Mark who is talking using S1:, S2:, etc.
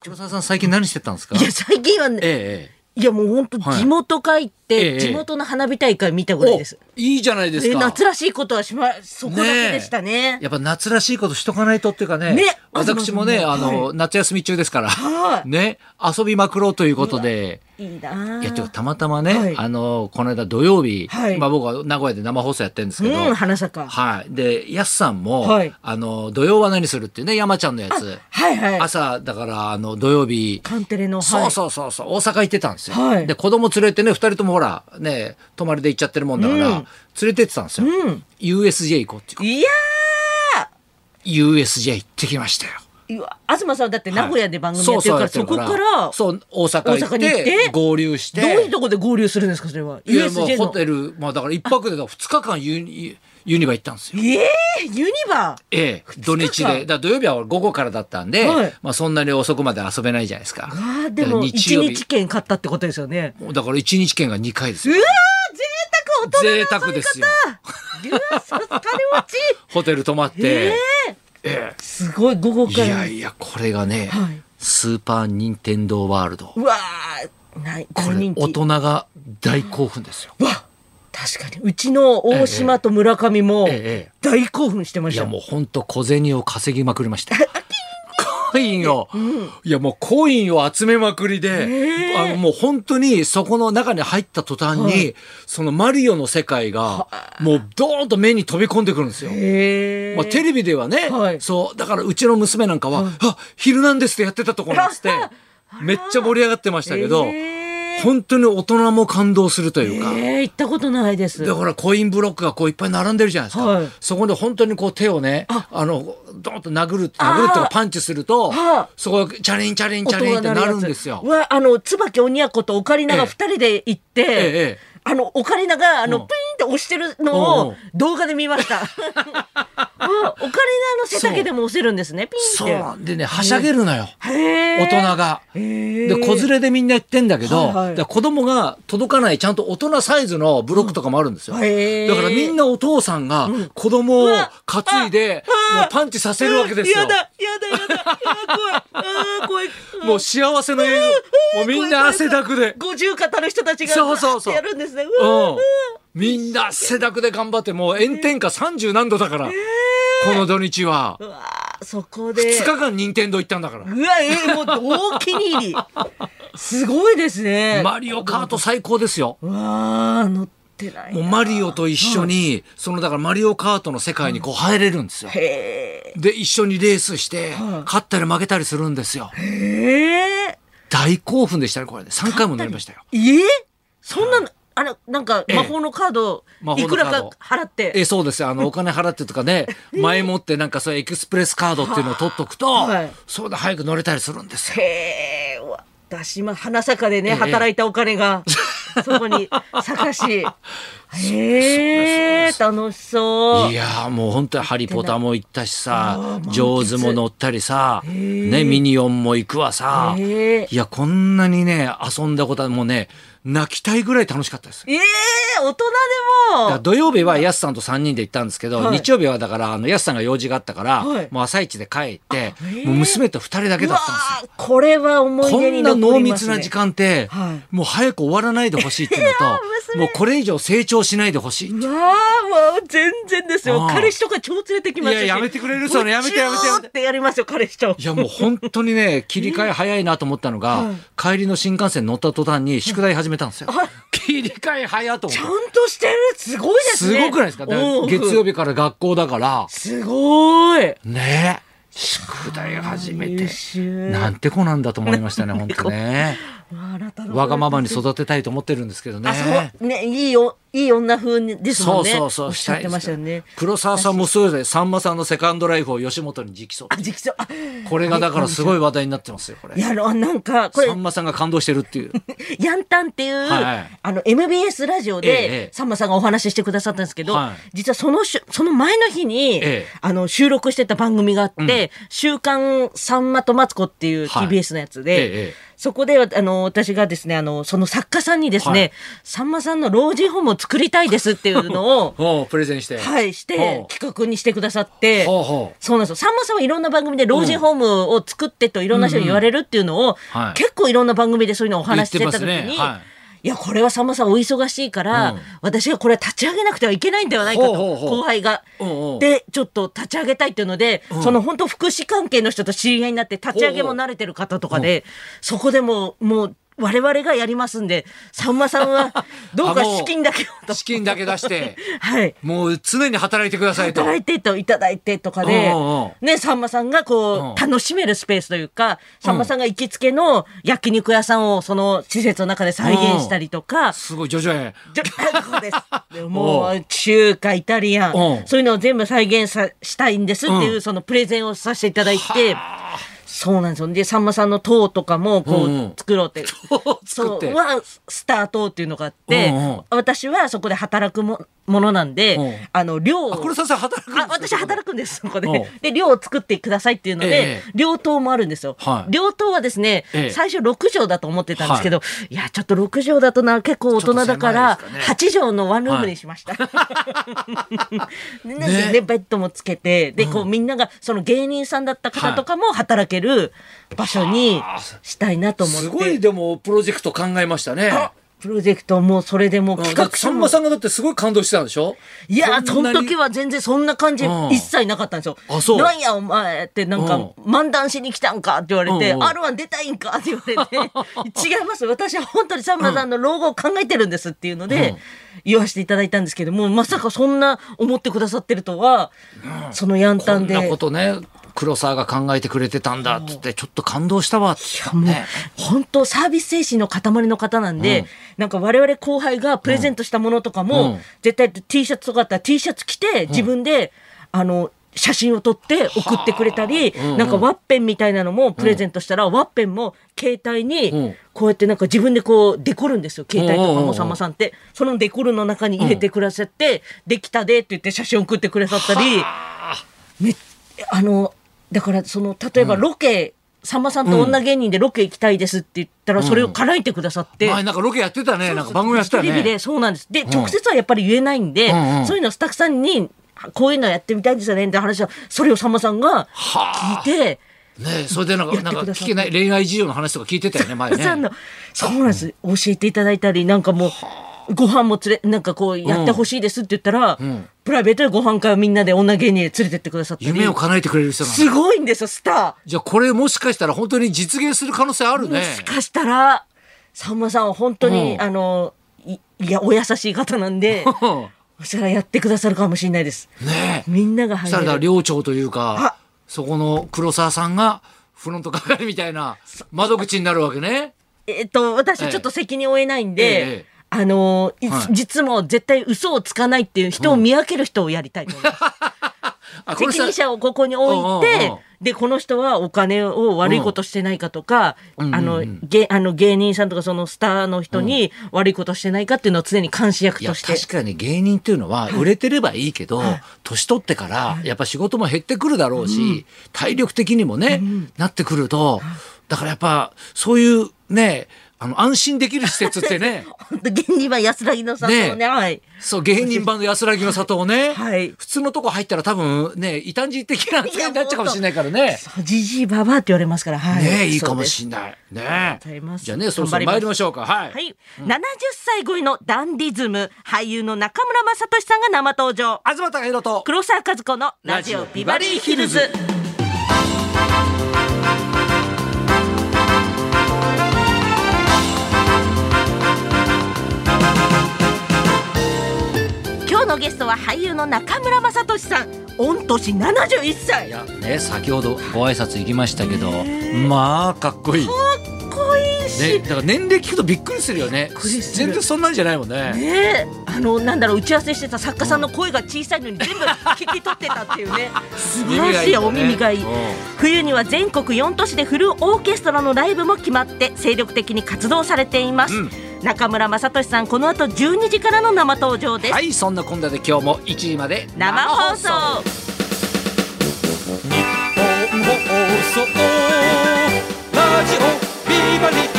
S1: 島沢さん最近何してたんですか
S2: いや、最近はね、
S1: え
S2: いやもう本当
S1: はい
S2: 地元帰っ
S1: ええ
S2: て、地元の花火大会見たぐらいです。
S1: いいじゃないです
S2: で
S1: か。
S2: 夏らしいことはしま、そこだけでしたね。
S1: やっぱ夏らしいことしとかないとっていうかね。
S2: ね
S1: 私もね、
S2: ま
S1: あ
S2: あまあ
S1: の、夏休み中ですから。
S2: はい
S1: ね、遊びまくろうということで。
S2: いいなあ
S1: いや、てかたまたまね、
S2: はい
S1: あの、この間土曜日、
S2: はい
S1: まあ僕は名古屋で生放送やってるんですけど、
S2: うん、花坂。は
S1: はい。で、やすさんも、
S2: はい
S1: あの、土曜は何するっていうね、山ちゃんのやつ。
S2: いはい。
S1: 朝、だから、あの、土曜日、
S2: カンテレの。はい
S1: そうそうそうそう大阪行ってたんですよ、
S2: はい
S1: で子供連れてね2人ともほらね泊まりで行っちゃってるもんだから、
S2: うん
S1: 連れてってたんですよ、
S2: うん。
S1: USJ 行こうっていうか
S2: いや
S1: USJ 行ってきましたよ
S2: ーうわ東さんだって名古屋で番組やってるから、そ
S1: そうそう
S2: こ
S1: や
S2: か
S1: っ
S2: ら、ど
S1: そう大阪行って
S2: 大阪に行って
S1: 合流して
S2: ういうとこで合流するんですか、それは。
S1: いやもう
S2: USJ
S1: ホ
S2: の。
S1: テルまあだから1泊で だ2日間ユニユニバ行ったんですよ
S2: ええユニバー
S1: ええ、土日でだから土曜日は午後からだったんで、
S2: はい
S1: まあ、そんなに遅くまで遊べないじゃないですか
S2: ああ、でも、
S1: だから
S2: 一日券買ったってことですよね。
S1: だから1日券が2回です
S2: う
S1: よ
S2: わー贅沢大
S1: 贅沢
S2: 人
S1: ですよ
S2: うわーさ金持ち
S1: ホテル泊まって、
S2: ええ
S1: え
S2: すごい午後
S1: え、い
S2: から
S1: やいやこれがね、
S2: はい
S1: スーパー・ニンテンドー・ワールド
S2: うわーない
S1: こ
S2: 大
S1: れ
S2: 人気
S1: 大人が大興奮ですよ。
S2: うわ確かにうちの大島と村上も
S1: ええええ
S2: 大興奮してま
S1: い
S2: した
S1: や
S2: よ
S1: もうほんと小銭を稼ぎまくりま した。コインを、いやもうコインを集めまくりで、
S2: ええ
S1: あのもう本当にそこの中に入った途端に、
S2: はい
S1: そのマリオの世界がもうドーンと目に飛び込んでくるんですよ。
S2: へえ
S1: まあ、テレビではね、
S2: はい
S1: そうだからうちの娘なんかは「あヒルナンデス」でやってたとこなんつ ってめっちゃ盛り上がってましたけど、
S2: ええ
S1: 本当に大人も感動するというか。
S2: ええ行ったことないです
S1: だからコインブロックがこういっぱい並んでるじゃないですか、
S2: はい
S1: そこで本当にこう手をねあのドーンと殴る殴るっていう
S2: あ
S1: か
S2: ー
S1: パンチすると
S2: はあ
S1: そこがチャリンチャリンチャリンってなるんですよ
S2: 音。が鳴るやつうわあの椿鬼奴とオカリナ
S1: ええ
S2: が二人で行って、
S1: ええ
S2: あのオカリナがあの
S1: うん
S2: プインって押してるの
S1: うん
S2: を
S1: う
S2: 動画で見ま した。あオカリナの背丈でも押せるんですね。ピンって。
S1: そうでねはしゃげるのよ、
S2: へ
S1: 大
S2: ー
S1: 人が。
S2: へ
S1: で
S2: ー
S1: 子連れでみんな行ってんだけど、
S2: はいはい
S1: だから子供が届かないちゃんと大人サイズのブロックとかもあるんですよ、
S2: うんへー
S1: だからみんなお父さんが子供を担いでもうパンチさせるわけですよ
S2: やだやだやだやだ怖い。あー怖い。
S1: もう幸せの映像もうみんな汗だくで
S2: 五十肩の人たちが
S1: そうそうそう
S2: やるんですね。うわ
S1: うんみんな汗だくで頑張ってもう炎天下30何度だから、この土日は
S2: うわーそこ
S1: 2
S2: で。
S1: 日間任天堂行ったんだから、
S2: うわえーもう大気に入り。すごいですね。
S1: マリオカート最高ですよ
S2: うわー乗ってないな。
S1: もうマリオと一緒に、そのだからマリオカートの世界にこう入れるんですよ、
S2: へ
S1: で一緒にレースして、
S2: はい
S1: 勝ったり負けたりするんですよ
S2: え。へえ。
S1: 大興奮でしたねこれね3回も乗りましたよ
S2: えそんなの、あれ、なんか、
S1: ええ
S2: 魔法のカード
S1: 魔、法
S2: い
S1: のカ
S2: く
S1: ード
S2: らか払って。
S1: えそうですよあのお金払ってとかね前もってなんかそういうエクスプレスカードっていうのを取っとくと、
S2: はい
S1: それで早く乗れたりするんですよ
S2: へえ、うわ私、ま、花坂で
S1: ええ
S2: ね、働いたお金 が、そこに、探し。へえ、楽しそう
S1: い。やーもう本当に「ハリーポター」も行ったしさ
S2: あー
S1: 「
S2: 満喫
S1: ジョーズ」も乗ったりさ、
S2: ー
S1: ね、ミニオンも行くわさ
S2: へ
S1: い
S2: ー
S1: やこんなにね遊んだことはもうね泣きたいぐらい楽しかったです
S2: ええ、大人
S1: だ
S2: で
S1: から
S2: も。
S1: 土曜日はやすさんと3人で行ったんですけど、
S2: はい
S1: 日曜日はだからあのやすさんが用事があったから、
S2: はい
S1: もう朝一で帰って
S2: ー
S1: もう娘と2人だけ
S2: う
S1: だ
S2: わ
S1: ったんですよ。
S2: これは思い
S1: こ
S2: 出に
S1: んな
S2: 残
S1: 濃
S2: ります、
S1: 密
S2: ね。
S1: な時間って、
S2: は
S1: もう早く終わらないでほしいっていうの ともうこれ以上成長しないでほしい。
S2: うわあ、もう全然です
S1: あ
S2: よ。
S1: あ
S2: 彼氏とか超連れてきますし。
S1: いややめてくれるそのやめてやめてやめて
S2: ブチューってやりますよ、彼氏と。
S1: いやもう本当に ね切り替え早いなと思ったのが、
S2: はい
S1: 帰りの新幹線乗った途端に宿題始めたんですよ。切り替え早と思
S2: ちゃ
S1: っ
S2: んとしてるすごい
S1: て
S2: です
S1: す
S2: ね
S1: ごくないですかだから月曜
S2: 日
S1: 日から学校だから
S2: すごい
S1: ね宿題始めて
S2: 優秀
S1: なんて子なんだと思いましたね本当ね。わがままに
S2: 育
S1: 育てたいと思ってるんですけどね。
S2: あそうねいいよいい女風です
S1: そ
S2: もん
S1: う
S2: ね
S1: そうそう、
S2: おっしゃってましたよ
S1: たい
S2: ね
S1: です黒沢さんもそうで、さんまさんのセカンドライフを吉本に直訴
S2: あ。直訴あ
S1: これがだからすご
S2: い
S1: い話題になってますよ、これ。
S2: やろなんかこれ
S1: さんまさんが感動してるっていう。
S2: ヤンタンっていう、
S1: はい
S2: あの MBS ラジ
S1: え
S2: オ
S1: えええ
S2: でさんまさんがお話ししてくださったんですけど、
S1: はい
S2: 実はその週その前の日に、
S1: ええ
S2: あの収録してた番組があって「週刊さんまとマツコ」っていう
S1: はい
S2: TBS のやつ
S1: え
S2: で、
S1: えええ
S2: そこであの私がですねあのその作家さんにですね、
S1: はい
S2: さんまさんの老人ホームを作りたいですっていうの を
S1: おうプレゼンして。
S2: はいして
S1: ほう
S2: 企画にしてくださって。
S1: ほうほう。
S2: そうなんですよさんまさんはいろんな番組で老人ホームを作ってといろんな人に言われるっていうのを、
S1: うんはい
S2: 結構いろんな番組でそういうのをお話ししてた時に、
S1: 言ってますねはい
S2: やこれはさんまさんお忙しいから、
S1: うん
S2: 私がこれは立ち上げなくてはいけないんではないかと
S1: ほうほうほう
S2: 後輩が。
S1: おうおう
S2: でちょっと立ち上げたいっていうので、
S1: うん
S2: その本当福祉関係の人と知り合いになって立ち上げも慣れてる方とかで、そこでもうもう我々がやりますんでさんまさんはどうか
S1: あもう
S2: 資金だけをと。
S1: 資金だけ出して、
S2: はい
S1: もう常に働いてくださいと。
S2: 働いてといただいてとかで
S1: うんうん、
S2: ね、さんまさんがこ
S1: うん
S2: う、楽しめるスペースというか、さんまさんが行きつけの焼肉屋さんをその施設の中で再現したりとか、
S1: すごい、徐々に。
S2: ちょそうです。 でもう、中華、イタリアン
S1: う、ん
S2: そういうのを全部再現さしたいんですっていうう、そのプレゼンをさせていただいて、
S1: はあ
S2: そうなんですよ。で、さんまさんの塔とかも、こ
S1: うんうん
S2: う、作ろうって。
S1: を作
S2: そ
S1: っ
S2: う
S1: て。
S2: はスタートっていうのがあって、
S1: うんうん
S2: 私はそこで働くもものなんで、
S1: うん
S2: あの寮を
S1: あこれさん働くんです
S2: あ私働くんです、そこ
S1: うん
S2: で。で、寮を作ってくださいっていうの
S1: え
S2: で
S1: え、
S2: 寮棟もあるんですよ
S1: は。い
S2: 寮棟はですね
S1: ええ、
S2: 最初6畳だと思ってたんですけど、いや、ちょっと6畳だとな、結構大人だから、
S1: ちょっと狭いですかね
S2: 8畳のワンルームにしました。 なんでね、ベッドもつけて、で、こう、みんなが、その芸人さんだった方とかも働ける場所にしたいなと思って。
S1: すごいでもプロジェクト考えましたね。
S2: あプロジェクトもうそれでもう
S1: うん
S2: 企
S1: だっ
S2: 画
S1: て
S2: 書
S1: さん
S2: も
S1: まさんがだってすごい感動してたんでしょ
S2: いやー、そ
S1: んな
S2: の
S1: に
S2: 時は全然そんな感じ
S1: うん
S2: 一切なかったんですよ。
S1: あそう
S2: なんやお前ってなんか、
S1: うん
S2: 漫談しに来たんかって言われて、
S1: うんうん
S2: R1 出たいんかって言われて、 違います。私は本当にさんまさんの老後を考えてるんですっていうので、
S1: うん
S2: 言わせていただいたんですけども、まさかそんな思ってくださってるとは、そのヤンタ
S1: こ
S2: ン
S1: ん
S2: で。
S1: なことね黒沢が考えてくれてたんだっつってちょっと感動したわっつって
S2: もう
S1: ね
S2: 本当サービス精神の塊の方なんで、
S1: うん
S2: なんか我々後輩がプレゼントしたものとかも、
S1: うん
S2: 絶対 T シャツとかあったら T シャツ着て自分で、あの写真を撮って送ってくれた
S1: は
S2: り、
S1: あうんうん
S2: なんかワッペンみたいなのもプレゼントしたら、ワッペンも携帯
S1: うん
S2: にこうやってなんか自分でこうデコるんですよ携帯
S1: う
S2: と
S1: ん
S2: か
S1: うんう
S2: も
S1: ん
S2: さんまさんってそのデコるの中に入れてくださって、できたでって言って写真送ってくださったり。めあのだからその例えばロケ、さんまさんと女芸人でロケ行きたいですって言ったら、それを叶えてくださって。
S1: 前なんかロケやってたねなんか番組やってた
S2: テレビで
S1: ね
S2: そうなんですで、
S1: ん
S2: 直接はやっぱり言えないんで、
S1: うんうん
S2: そういうのをスタッフさんにこういうのやってみたいんですよねって話はそれをさんまさんが聞
S1: はい
S2: て、
S1: あねそれでなん
S2: や
S1: か
S2: って
S1: な
S2: く
S1: ん
S2: だ
S1: か
S2: さった
S1: 聞けない恋愛事情の話とか聞いてたよね前
S2: たくさん
S1: ね
S2: の、そうなんです。教えていただいたり、なんかもう、ご飯も連れ、なんかこう、やってほしいですって言ったら、
S1: ん
S2: プライベートでご飯会をみんなで女芸人で連れてってくださったり。
S1: 夢を叶えてくれる人なんだ
S2: すごいんですよ、スター。
S1: じゃあこれもしかしたら本当に実現する可能性あるね
S2: もしかしたら、さんまさんは本当に、
S1: うん
S2: あの、いいや、お優しい方な んで、そしたらやってくださるかもしれないです。
S1: ねえ
S2: みんなが
S1: そ
S2: 入
S1: したらだから
S2: れる。
S1: 寮長というか
S2: あ
S1: そこの黒沢さんがフロント係みたいな窓口になるわけね
S2: えっと、私はちょっと責任を負えないんで、
S1: ええええ
S2: あのい
S1: はい
S2: 実も絶対嘘をつかないっていう人を見分ける人をやりたいと思います。
S1: あこの
S2: 責
S1: 人
S2: 任者をここに置い
S1: うんうん
S2: て
S1: うん、
S2: で、この人はお金を悪いことしてないかとか、
S1: んう
S2: あ
S1: んう
S2: の、
S1: ん
S2: 芸、あの芸人さんとかそのスターの人に悪いことしてないかっていうのを常に監視役
S1: いや
S2: として。
S1: 確かに芸人っていうのは売れてればいいけど、年取ってからやっぱ仕事も減ってくるだろうし、体力的にもね、なってくるとだからやっぱそういうねあの安心できる施設って ね
S2: 本当芸人は安らぎの里をね
S1: ね
S2: はい。
S1: そう芸人版の安らぎの里をね、
S2: はい
S1: 普通のとこ入ったら多分ね異端児的な扱いになっちゃうかもしれないからね。
S2: じじいばばあって言われますから、はい。
S1: ねいいかも
S2: れ
S1: しれない。
S2: が
S1: ね
S2: とうございます
S1: じゃあね、そろそろ参りましょうか。はい。
S2: はい。70歳超えのダンディズム、俳優の中村雅俊さんが生登場。
S1: 東貴博と
S2: 黒沢和子のラジオビバリーヒルズ。今日のゲストは俳優の中村雅俊さん。御年71
S1: い
S2: 歳。か
S1: やね、先ほどご挨拶行きましたけど、まあかっこいい。
S2: っこいいし
S1: ね、。だから年齢聞くとびっくりするよね。
S2: くりする
S1: 全然そんなんじゃないもんね。
S2: ねえあのなんだろう打ち合わせしてた作家さんの声が小さいのに全部聞き取ってたっていうね素晴らしいお耳がい
S1: う
S2: い
S1: ん
S2: 冬には全国4都市でフルオーケストラのライブも決まって精力的に活動されています、
S1: うん
S2: 中村雅俊さんこの後12時からの生登場です、
S1: はい、そんなこんなで今日も1時まで
S2: 生放送
S1: 日本放送ラジオビバディ